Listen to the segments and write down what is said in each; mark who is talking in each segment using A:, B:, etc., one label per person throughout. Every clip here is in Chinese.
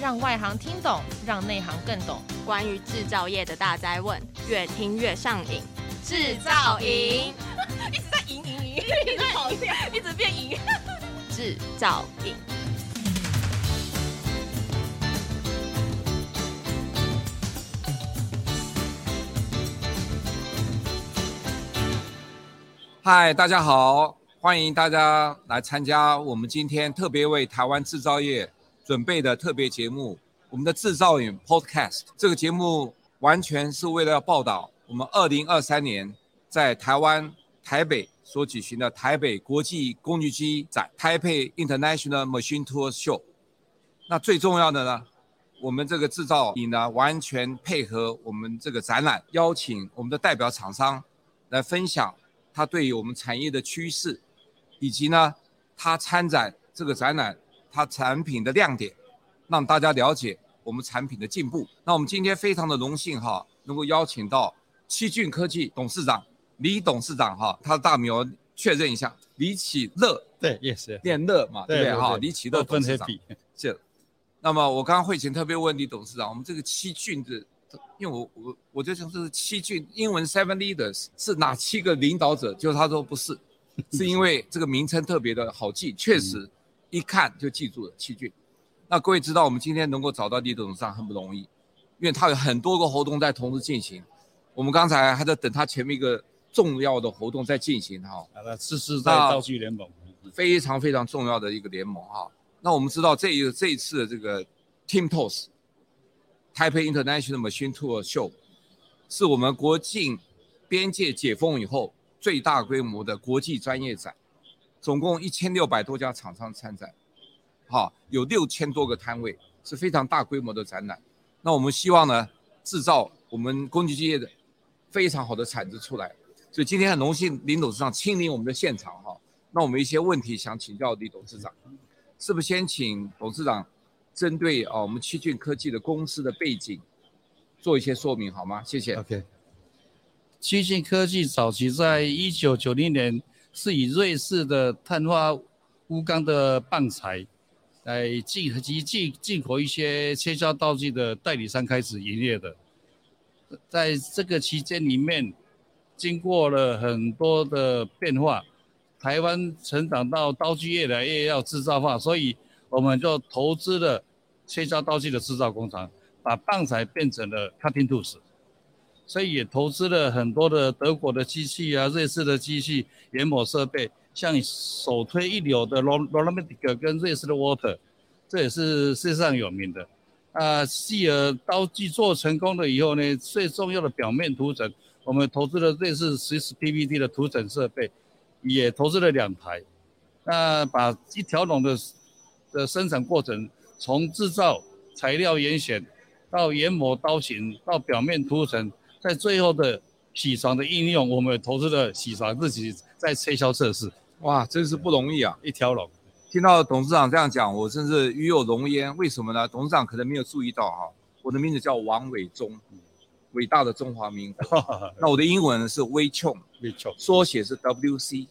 A: 让外行听懂，让内行更懂。
B: 关于制造业的大灾问，越听越上瘾。制
A: 造
B: 造
A: 营
B: 营，
A: 一直在赢赢 赢，一直跑掉，一直变赢。
B: 制造营。
C: 嗨，大家好，欢迎大家来参加我们今天特别为台湾制造业准备的特别节目，我们的制造影 Podcast。这个节目完全是为了要报道我们二零二三年在台湾台北所举行的台北国际工具机展 （Taipei International Machine Tour Show）。那最重要的呢，我们这个制造影呢，完全配合我们这个展览，邀请我们的代表厂商来分享他对于我们产业的趋势，以及呢，他参展这个展览他产品的亮点，让大家了解我们产品的进步。那我们今天非常的荣幸哈，能够邀请到七骏科技董事长李董事长哈，他的大名我确认一下，李启乐，
D: 对，yes，
C: 念乐嘛，对不
D: 对
C: 对哈？
D: 对
C: 李启乐
D: 都
C: 董
D: 分
C: 事长。
D: happy，
C: 是。那么我刚刚会前特别问李董事长，我们这个七郡的，因为我我我就想这是七郡英文 seven leaders 是哪七个领导者？就他说不是，是因为这个名称特别的好记，确实一看就记住了七郡。那各位知道我们今天能够找到李董事长很不容易，因为他有很多个活动在同时进行。我们刚才还在等他前面一个重要的活动在进行哈、
D: 好了，这啊是在
C: 那
D: 道具联盟，
C: 非常非常重要的一个联盟哈、那我们知道这一个这一次的这个 Team TOS 台北 International Machine Tour Show 是我们国境边界解封以后最大规模的国际专业展，总共一千六百多家厂商参展，好，有六千多个摊位，是非常大规模的展览。那我们希望呢，制造我们工具机业的非常好的产值出来。所以今天很荣幸林董事长亲临我们的现场哈、那我们一些问题想请教李董事长，是不是先请董事长针对啊我们七骏科技的公司的背景做一些说明好吗？谢谢。
D: OK，七骏科技早期在一九九零年是以瑞士的碳化钨钢的棒材，来进及进进口一些切削道具的代理商开始营业的。在这个期间里面，经过了很多的变化，台湾成长到刀具越来越要制造化，所以我们就投资了切削刀具的制造工厂，把棒材变成了 cutting tools。所以也投资了很多的德国的机器啊、瑞士的机器、研磨设备，像首推一流的 Roland r o m a t i c 跟瑞士的 Water，这也是世界上有名的。啊，继而刀具做成功了以后呢，最重要的表面涂层，我们投资了瑞士 Swiss PVD 的涂层设备，也投资了两台。那把一条龙的的生产过程，从制造材料严选到研磨刀型，到表面涂层，在最后的洗床的应用，我们有投资了洗床自己在推销测试
C: 哇，真是不容易啊！
D: 一条龙。
C: 听到董事长这样讲，我真是与有荣焉。为什么呢？董事长可能没有注意到哈、我的名字叫王伟忠，伟大的中华民国。那我的英文是 w e c h o n
D: 没错，
C: 缩写是 WC。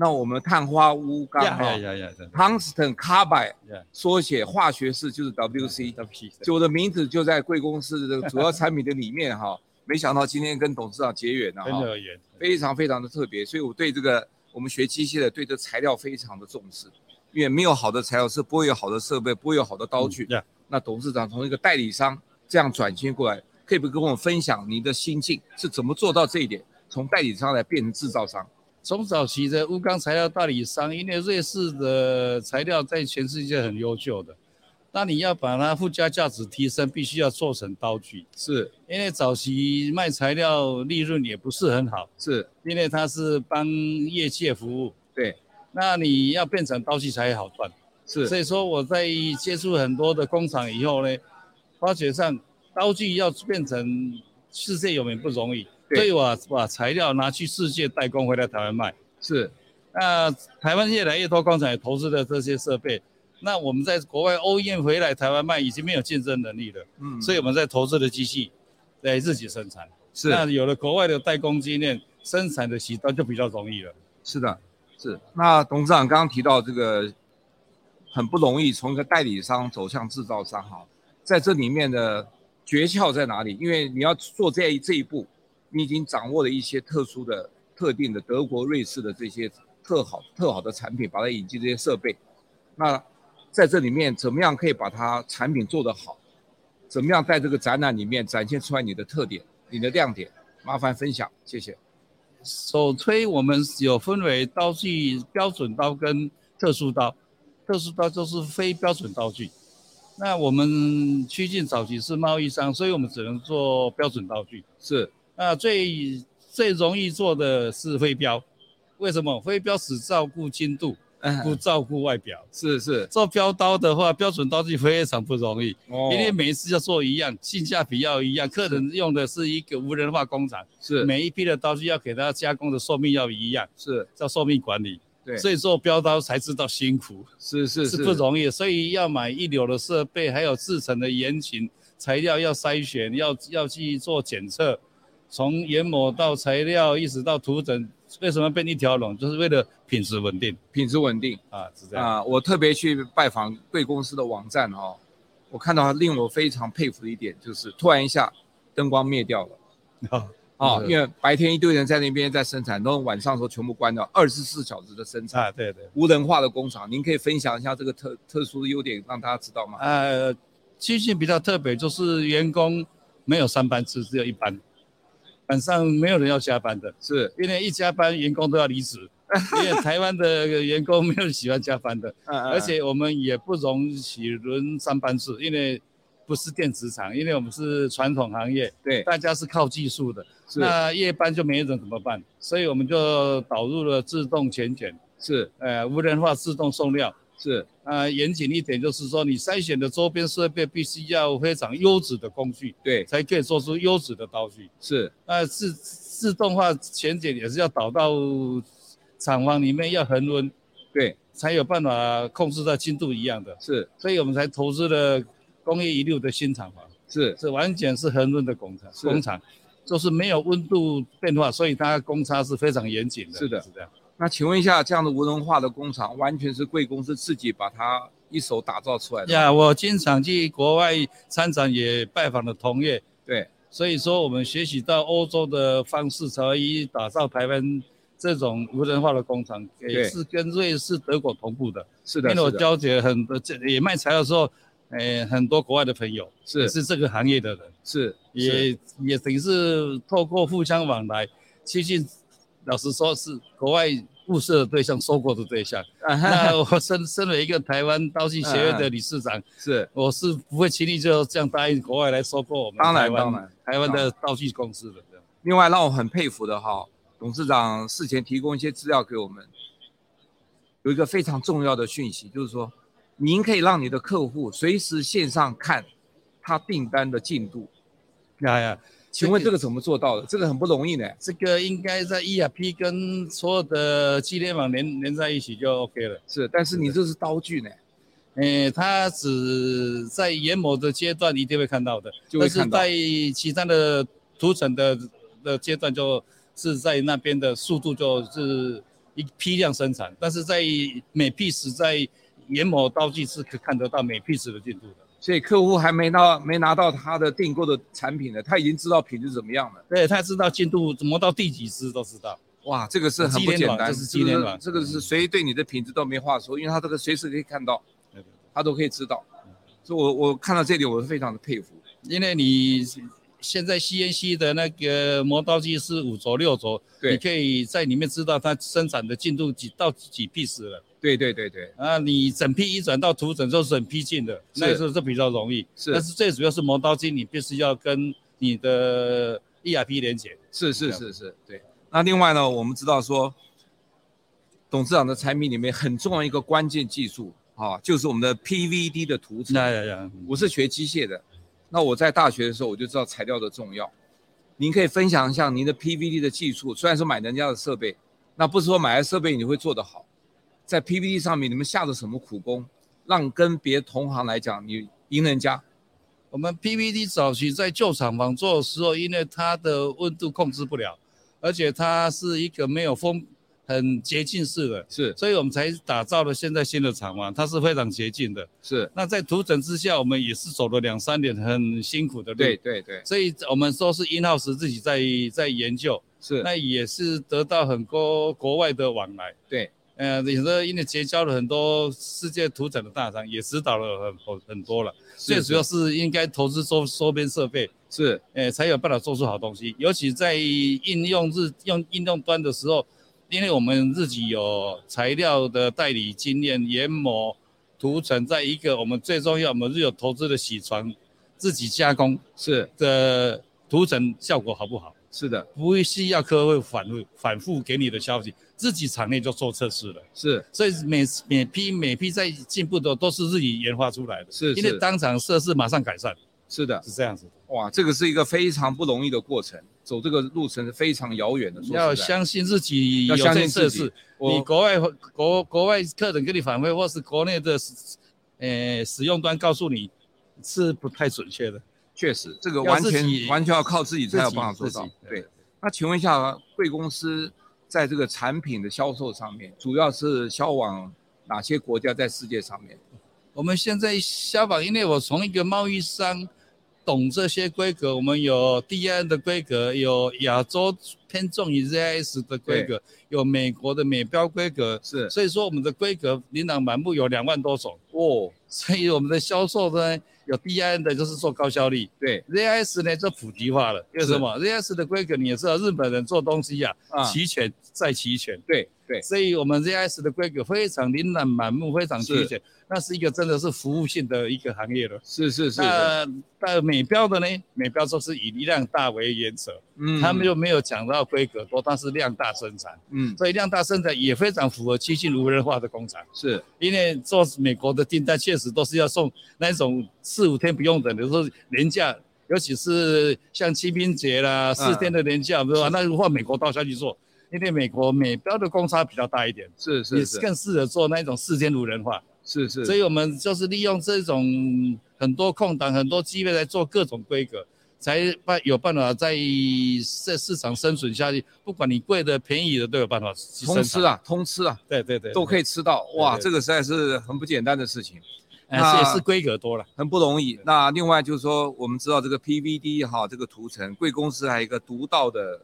C: 那我们碳化钨钢
D: 呀
C: 哈
D: 呀呀呀真的
C: Tungsten Carbide
D: 呀
C: 缩写化学式就是 WC。就我的名字就在贵公司的这个主要产品的里面哈， 没想到今天跟董事长结缘了
D: 真的
C: 哈，
D: 而言，
C: 非常非常的特别，所以我对这个我们学机械的对这材料非常的重视，因为没有好的材料是不会有好的设备，不会有好的刀具。
D: 嗯呀
C: 那董事长从一个代理商这样转型过来，可以不可以跟我们分享你的心境是怎么做到这一点，从代理商来变成制造商？
D: 从早期的钨钢材料代理商，因为瑞士的材料在全世界很优秀的，那你要把它附加价值提升，必须要做成刀具，
C: 是
D: 因为早期卖材料利润也不是很好，
C: 是，
D: 因为它是帮业界服务，
C: 对，
D: 那你要变成刀具才好赚。所
C: 是
D: 以说我在接触很多的工厂以后呢，发觉上刀具要变成世界有名不容易，
C: 对
D: 所以我把材料拿去世界代工回来台湾卖。
C: 是
D: 那台湾越来越多工厂也投资了这些设备，那我们在国外 OEM 回来台湾卖已经没有竞争能力了，
C: 嗯，
D: 所以我们在投资的机器来自己生产。
C: 是
D: 那有了国外的代工经验，生产的起端就比较容易了。
C: 是的，是。那董事长刚刚提到这个很不容易，从一个代理商走向制造商哈，在这里面的诀窍在哪里？因为你要做这一这一步，你已经掌握了一些特殊的、特定的德国、瑞士的这些特好、特好的产品，把它引进这些设备。那在这里面，怎么样可以把它产品做得好？怎么样在这个展览里面展现出来你的特点、你的亮点？麻烦分享，谢谢。
D: 首推我们有分为刀具标准刀跟特殊刀，特殊刀就是非标准刀具。那我们趋近早期是贸易商，所以我们只能做标准刀具。
C: 是
D: 那最最容易做的是飞镖，为什么？飞镖只照顾精度，
C: 嗯
D: 不照顾外表。
C: 是是
D: 做标刀的话，标准刀具非常不容易，
C: 哦
D: 因为每一次要做一样，性价比要一样，客人用的是一个无人化工厂，
C: 是
D: 每一批的刀具要给它加工的寿命要一样，
C: 是，
D: 叫寿命管理。
C: 对，
D: 所以做标刀才知道辛苦，
C: 是是
D: 是不容易的，所以要买一流的设备，还有制成的严谨材料要筛选，要要去做检测，从研磨到材料一直到图层，为什么变一条龙？就是为了品质稳定
C: 品质稳定
D: 啊，是这样。
C: 啊！我特别去拜访贵公司的网站哦，我看到令我非常佩服的一点就是，突然一下灯光灭掉 了啊，
D: 哦是
C: 因为白天一堆人在那边在生产，然后晚上的时候全部关掉，二十四小时的生产，
D: 啊，对对。
C: 无人化的工厂，您可以分享一下这个特特殊的优点，让大家知道吗？
D: 呃，基训比较特别，就是员工没有三班制，只有一班，晚上没有人要加班的，
C: 是，
D: 因为一加班员工都要离职，因为台湾的员工没有喜欢加班的，
C: 嗯嗯
D: 而且我们也不容许轮三班制，因为不是电子厂，因为我们是传统行业，
C: 对
D: 大家是靠技术的，
C: 是
D: 那夜班就没人怎么办？所以我们就导入了自动全检，
C: 是
D: 呃，无人化自动送料。
C: 是
D: 呃，严谨一点，就是说你筛选的周边设备必须要非常优质的工具，
C: 对
D: 才可以做出优质的刀具。
C: 是
D: 那呃自自动化全检也是要导到厂房里面要恒温，
C: 对
D: 才有办法控制到精度一样的，
C: 是
D: 所以我们才投资了工业一流的新厂房，
C: 是
D: 是完全是恒温的工厂，
C: 是
D: 工厂就是没有温度变化，所以它公差是非常严谨的，
C: 是的
D: 是这样。
C: 那请问一下，这样的无人化的工厂，完全是贵公司自己把它一手打造出来的吗？
D: 呀，我经常去国外参展，也拜访了同业。
C: 对，
D: 所以说，我们学习到欧洲的方式，才以打造台湾这种无人化的工厂，也是跟瑞士、德国同步的。
C: 是
D: 因
C: 的，
D: 为我
C: 是的，
D: 交结很多，这也卖材料的时候，呃，很多国外的朋友也
C: 是
D: 是这个行业的人，
C: 是是
D: 也也等于是透过互相往来，其实老实说是国外物色的对象、收购的对 象。
C: 嗯
D: 那我身身为一个台湾刀具协会
C: 啊
D: 的理事长，
C: 是
D: 我是不会轻易就这样答应国外来收购我们
C: 当然
D: 台湾
C: 当然
D: 台湾的道具公司的。这样
C: 另外让我很佩服的哈，董事长事前提供一些资料给我们，有一个非常重要的讯息，就是说，您可以让你的客户随时线上看他订单的进度。
D: 呀呀，
C: 请问这个怎么做到的？这个很不容易呢。
D: 这个应该在 ERP 跟所有的机联网连连在一起就 OK 了。
C: 是，但是你这是刀具呢，
D: 诶，它只在研磨的阶段一定会看到的，
C: 就会
D: 但
C: 看
D: 是
C: 到
D: 在其他的涂层的的阶段，就是在那边的速度就是一批量生产，但是在每 piece 在研磨刀具是可看得到每 piece 的进度的。
C: 所以客户还没到没拿到他的订购的产品呢，他已经知道品质怎么样了。
D: 对，他知道进度磨到第几支都知道。
C: 哇，这个是很
D: 机
C: 不
D: 联
C: 简
D: 网
C: 单，
D: 这是机联网
C: 这个是谁对你的品质都没话说，因为他这个随时可以看到，他都可以知道。所以我我看到这里，我是非常的佩服。
D: 因为你现在 CNC 的那个磨刀机是五轴六轴，
C: 对
D: 你可以在里面知道它生产的进度几到几 piece 了。
C: 对对对对，
D: 啊，你整批一转到图整就整批进的，那时候这比较容易。
C: 是
D: 但是最主要是磨刀机，你必须要跟你的 ERP 连接。
C: 是是
D: 这样
C: 是是，对。那另外呢，我们知道说，董事长的产品里面很重要一个关键技术啊，就是我们的 PVD 的涂层。
D: 那呀呀，嗯
C: 我是学机械的，那我在大学的时候我就知道材料的重要。您可以分享一下您的 PVD 的技术，虽然说买人家的设备，那不是说买了设备你会做得好，在 PVD 上面你们下了什么苦功，让跟别同行来讲你赢人家？
D: 我们 PVD 早期在旧厂房做的时候，因为它的温度控制不了，而且它是一个没有封很接近式的，
C: 是
D: 所以我们才打造了现在新的厂房，它是非常接近的。
C: 是，
D: 那在图层之下，我们也是走了两三年很辛苦的路，
C: 对，对对，
D: 所以我们说是 in house 自己在在研究，
C: 是
D: 那也是得到很多国外的往来。
C: 对，
D: 呃，有时候因为结交了很多世界图展的大厂，也指导了很很很多了。最主要是应该投资周周边设备，
C: 是
D: 呃，才有办法做出好东西。尤其在应用日用应用端的时候，因为我们自己有材料的代理经验，研磨、涂层，在一个我们最重要，我们是有投资的洗床，自己加工
C: 是
D: 的涂层效果好不好？
C: 是的，
D: 不需要客户反复反复给你的消息，自己厂内就做测试了。
C: 是
D: 所以每每批每批在进步的都是自己研发出来的，
C: 是
D: 因为
C: 是
D: 当场测试马上改善，
C: 是的，
D: 是这样子的。
C: 哇，这个是一个非常不容易的过程，走这个路程是非常遥远的。说实在
D: 要相信自己
C: 要
D: 有
C: 相
D: 在
C: 信
D: 测
C: 自己
D: 试，你
C: 我
D: 国外国国外客人给你反馈，或是国内的呃使用端告诉你是不太准确的。
C: 确实这个
D: 要
C: 完
D: 自
C: 全
D: 己
C: 完全要靠自己才有办法做
D: 自己
C: 到
D: 自己。
C: 对
D: 对，
C: 那请问一下，贵公司在这个产品的销售上面，主要是销往哪些国家在世界上面？
D: 我们现在消防，因为我从一个贸易商懂这些规格，我们有 DN 的规格，有亚洲偏重于 ZS 的规格，有美国的美标规格，
C: 是
D: 所以说我们的规格琳琅满目，有两万多种。
C: 哦，
D: 所以我们的销售呢，有 DN 的就是做高效率，
C: 对
D: ZS 呢就普及化了，为什么？ZS 的规格你也知道，日本人做东西呀、
C: 啊，
D: 齐全再齐全，
C: 对对
D: 所以我们 ZS 的规格非常琳琅满目，非常齐全，那是一个真的是服务性的一个行业了。
C: 是是是，
D: 那那美标的呢？美标就是以量大为原则，
C: 嗯
D: 他们就没有讲到规格多，但是量大生产，
C: 嗯
D: 所以量大生产也非常符合七进无人化的工厂。
C: 是
D: 因为做美国的订单确实都是要送那种四五天不用等的，有时候年假，尤其是像清明节
C: 嗯
D: 啦、四天的年假，不是吧？那如果美国到下去做，因为美国美标的公差比较大一点，
C: 是是
D: 也
C: 是
D: 更适合做那种四天无人化。
C: 是是，
D: 所以我们就是利用这种很多空档、很多机会来做各种规格，才办有办法在这市场生存下去。不管你贵的、便宜的都有办法去
C: 通
D: 生
C: 吃
D: 产。
C: 啊，通吃啊，
D: 对对对，
C: 都可
D: 以，
C: 以吃到。哇，
D: 对对
C: 这个实在是很不简单的事情，
D: 而
C: 那
D: 哎且是规格多了。
C: 很不容易。那另外就是说，我们知道这个 PVD 哈，这个涂层，贵公司还有一个独到的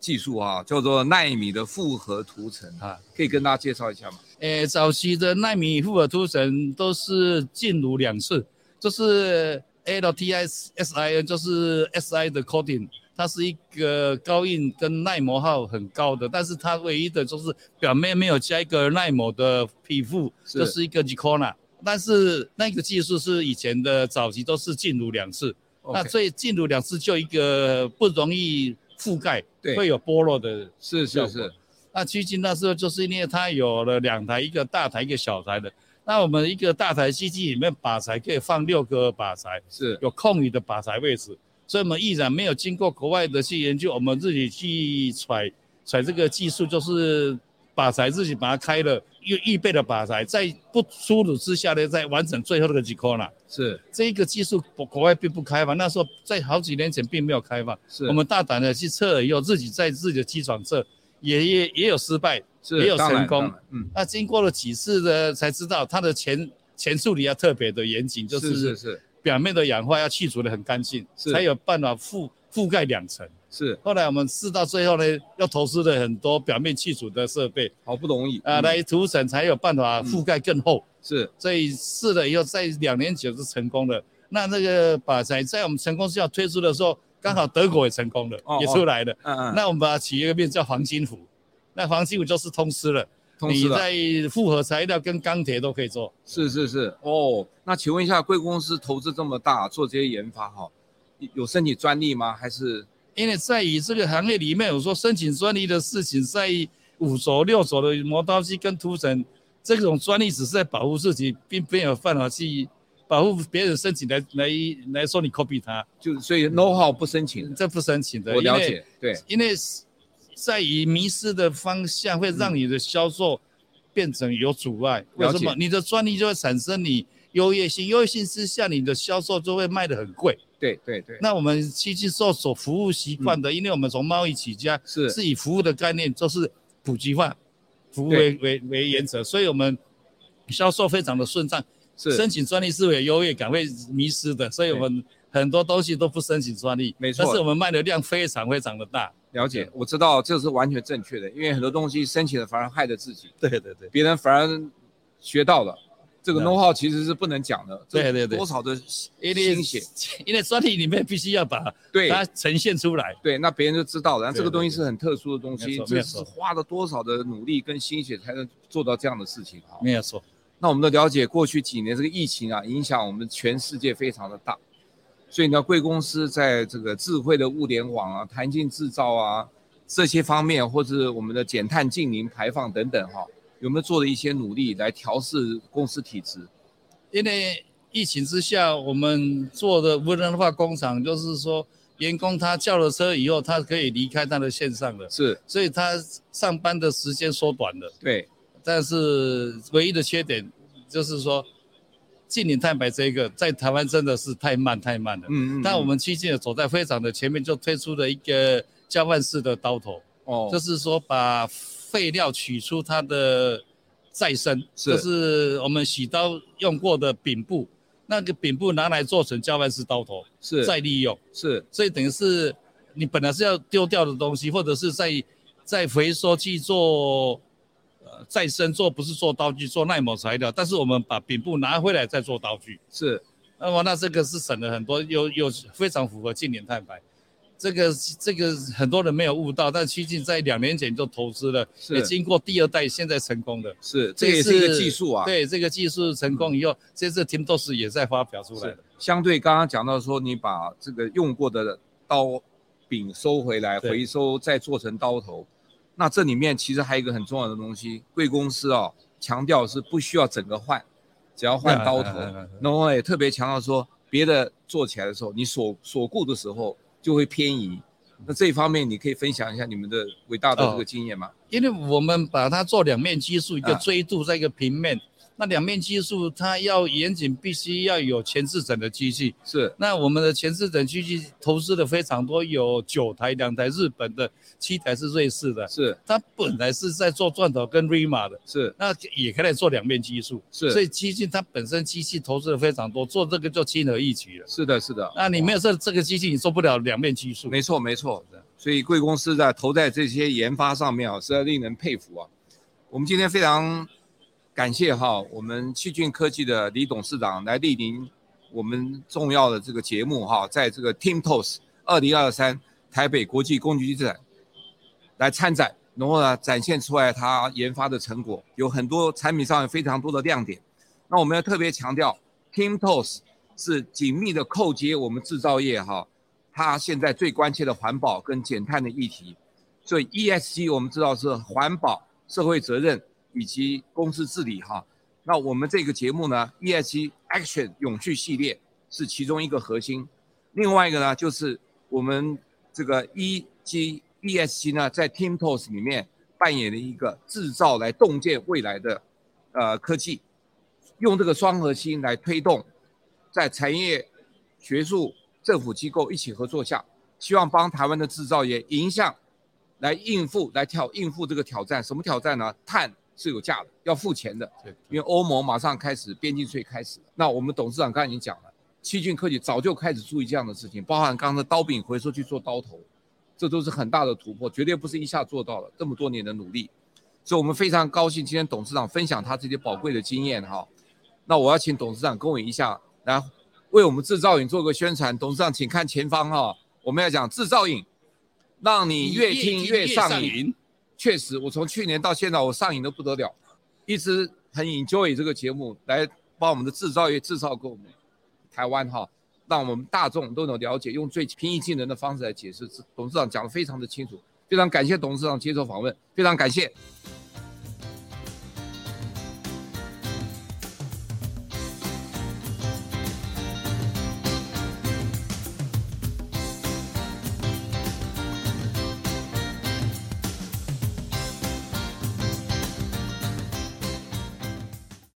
C: 技术啊，叫做纳米的复合涂层
D: 啊，
C: 可以跟大家介绍一下吗？
D: 诶，呃早期的纳米复合涂层都是进入两次，就是 LTI SIN，就是 SI 的 coating，它是一个高硬跟耐磨耗很高的，但是它唯一的就是表面没有加一个耐磨的皮肤，
C: 是
D: 就是一个 g i c o n a 但是那个技术是以前的早期都是进入两次，那
C: OK，
D: 所以进入两次就一个不容易覆盖，
C: 对
D: 会有剥落的
C: 是是
D: 效
C: 是
D: 果，那基金那时候就是因为它有了两台，一个大台，一个小台的。那我们一个大台机器里面靶材可以放六个靶材，
C: 是
D: 有空余的靶材位置，所以我们依然没有经过国外的去研究，我们自己去揣揣这个技术，就是靶材自己把它开了，又预备了靶材，在不粗鲁之下呢，再完成最后那个 g i c o n a
C: 是
D: 这个技术国国外并不开放，那时候在好几年前并没有开放，
C: 是，
D: 我们大胆的去测了以后，自己在自己的机床测，也也也有失败。
C: 是
D: 也有
C: 当然
D: 成功
C: 当然嗯，
D: 那经过了几次的，才知道它的前前处理要特别的严谨，就是
C: 是
D: 是
C: 是
D: 表面的氧化要去除的很干净，
C: 是
D: 才有办法覆覆盖两层。
C: 是，
D: 后来我们试到最后呢，又投资了很多表面去除的设备
C: 好不容易
D: 啊，
C: 嗯
D: 来涂层才有办法覆盖更厚。
C: 是
D: 所以试了以后，在两年前是成功的。那那个靶材在我们成功是要推出的时候，刚好德国也成功了，
C: 哦
D: 也出来了。
C: 嗯嗯，
D: 那我们把它起一个名字叫黄金虎，那黄金虎就是通吃了，
C: 通吃了，
D: 你在复合材料跟钢铁都可以做。
C: 是是是哦。那请问一下，贵公司投资这么大，做这些研发哈，有申请专利吗？还是
D: 因为在于这个行业里面，我说申请专利的事情，在五轴、六轴的磨刀机跟涂层这种专利，只是在保护自己，并没有办法去保护别人申请来来来说你 copy 它，
C: 就所
D: 嗯
C: 以 know how 不申请？
D: 这不申请的。
C: 我了
D: 因为
C: 解，对
D: 因为在于迷失的方向会让你的销售变成有阻碍。为
C: 了解
D: 什么？你的专利就会产生你优越性，优越性之下，你的销售就会卖得很贵。
C: 对对对，
D: 那我们七七兽所服务习惯的，因为我们从贸易起家，
C: 嗯是
D: 是以服务的概念，就是普及化服务
C: 对
D: 为为为原则，所以我们销售非常的顺畅，
C: 是
D: 申请专利是会有优越感会迷失的，所以我们很多东西都不申请专利，
C: 没错
D: 但是我们卖的量非常非常的 大，
C: 了解，我知道这是完全正确的，因为很多东西申请了反而害了自己，
D: 对对对，
C: 别人反而学到了。这个
D: 对
C: know how 其实是不能讲的，这
D: 对对对
C: 多少的
D: 因为
C: 心血，
D: 因为专利里面必须要把
C: 对
D: 它呈现出来，
C: 对，那别人就知道了。那这个
D: 对对
C: 东西
D: 对
C: 是很特殊的东
D: 没
C: 西，
D: 错
C: 这
D: 没
C: 是
D: 错
C: 花了多少的努力跟心血才能做到这样的事情啊？
D: 没有错，
C: 那我们都了解，过去几年这个疫情啊，影响我们全世界非常的大，所以呢，贵公司在这个智慧的物联网啊、弹性制造啊这些方面，或是我们的减碳、净零排放等等哈、有没有做了一些努力来调试公司体制？
D: 因为疫情之下，我们做的无人化工厂就是说。员工他叫了车以后，他可以离开他的线上了，
C: 是
D: 所以他上班的时间缩短了。
C: 对，
D: 但是唯一的缺点就是说，近零碳排这一个在台湾真的是太慢太慢了。
C: 嗯嗯。
D: 但我
C: 嗯
D: 们最近也走在非常的前面，就推出了一个交换式的刀头，
C: 哦，
D: 就是说把废料取出它的再生，
C: 是
D: 就是我们洗刀用过的柄部，那个柄部拿来做成交换式刀头，
C: 是
D: 再利用。
C: 是
D: 所以等于是你本来是要丢掉的东西，或者是在在回收去做呃再生做，不是做刀具，做耐磨材料，但是我们把柄部拿回来再做刀具，
C: 是
D: 那么那这个是省了很多，又又非常符合近年碳排。这个这个很多人没有悟到，但趋近在两年前就投资了，
C: 是
D: 也经过第二代，现在成功的。
C: 是，这也是一个技术啊。
D: 对这个技术成功以后，这次 Tim Dos 也在发表出来
C: 是
D: 了。
C: 相对刚刚讲到说，你把这个用过的刀柄收回来，
D: 对
C: 回收再做成刀头。那这里面其实还有一个很重要的东西，贵公司啊强调是不需要整个换，只要换刀头
D: 嗯嗯嗯嗯嗯。
C: 那我也特别强调说，别的做起来的时候，你所所顾的时候就会偏移。那这一方面，你可以分享一下你们的伟大的这个
D: 哦
C: 经验吗？
D: 因为我们把它做两面基数，一个
C: 啊
D: 锥度，再一个平面。那两面基数它要严谨，必须要有前置整的机器。
C: 是
D: 那我们的前置整机器投资的非常多，有九台，两台日本的，七台是瑞士的。
C: 是
D: 它本来是在做钻头跟 Rima 的，
C: 是
D: 那也可以做两面基数。
C: 是
D: 所以基金它本身机器投资的非常多，做这个就轻而易举了。
C: 是的，是的。
D: 那你没有这这个机器，你做不了两面基数。
C: 没错，没错。所以贵公司在投在这些研发上面啊，实在令人佩服啊。我们今天非常感谢哈，我们气骏科技的李董事长来莅临我们重要的这个节目哈，在这个 Team Toast 二零二三台北国际工具展来参展，然后呢展现出来他研发的成果，有很多产品上有非常多的亮点。那我们要特别强调，Team Toast 是紧密的扣接我们制造业哈，它现在最关切的环保跟减碳的议题。所以 ESG 我们知道是环保、社会责任以及公司治理哈。那我们这个节目呢，ESG Action 永续系列是其中一个核心，另外一个呢就是我们这个 E EG ESG 呢在 Team Toast 里面扮演了一个制造来洞见未来的呃科技，用这个双核心来推动，在产业、学术、政府机构一起合作下，希望帮台湾的制造业迎向来应付、来挑应付这个挑战。什么挑战呢？碳是有价的，要付钱的，
D: 对
C: 因为欧盟马上开始边境税开始了。那我们董事长刚才已经讲了，七骏科技早就开始注意这样的事情，包含刚才刀柄回收去做刀头，这都是很大的突破，绝对不是一下做到了，这么多年的努力。所以我们非常高兴今天董事长分享他这些宝贵的经验哈。那我要请董事长跟我一下来为我们制造影做个宣传。董事长，请看前方哈，我们要讲制造影，让你越听越上瘾。。确实，我从去年到现在，我上瘾的不得了，一直很 enjoy 这个节目，来把我们的制造业制造给我们台湾哈，让我们大众都能了解，用最平易近人的方式来解释。董事长讲得非常的清楚，非常感谢董事长接受访问，非常感谢。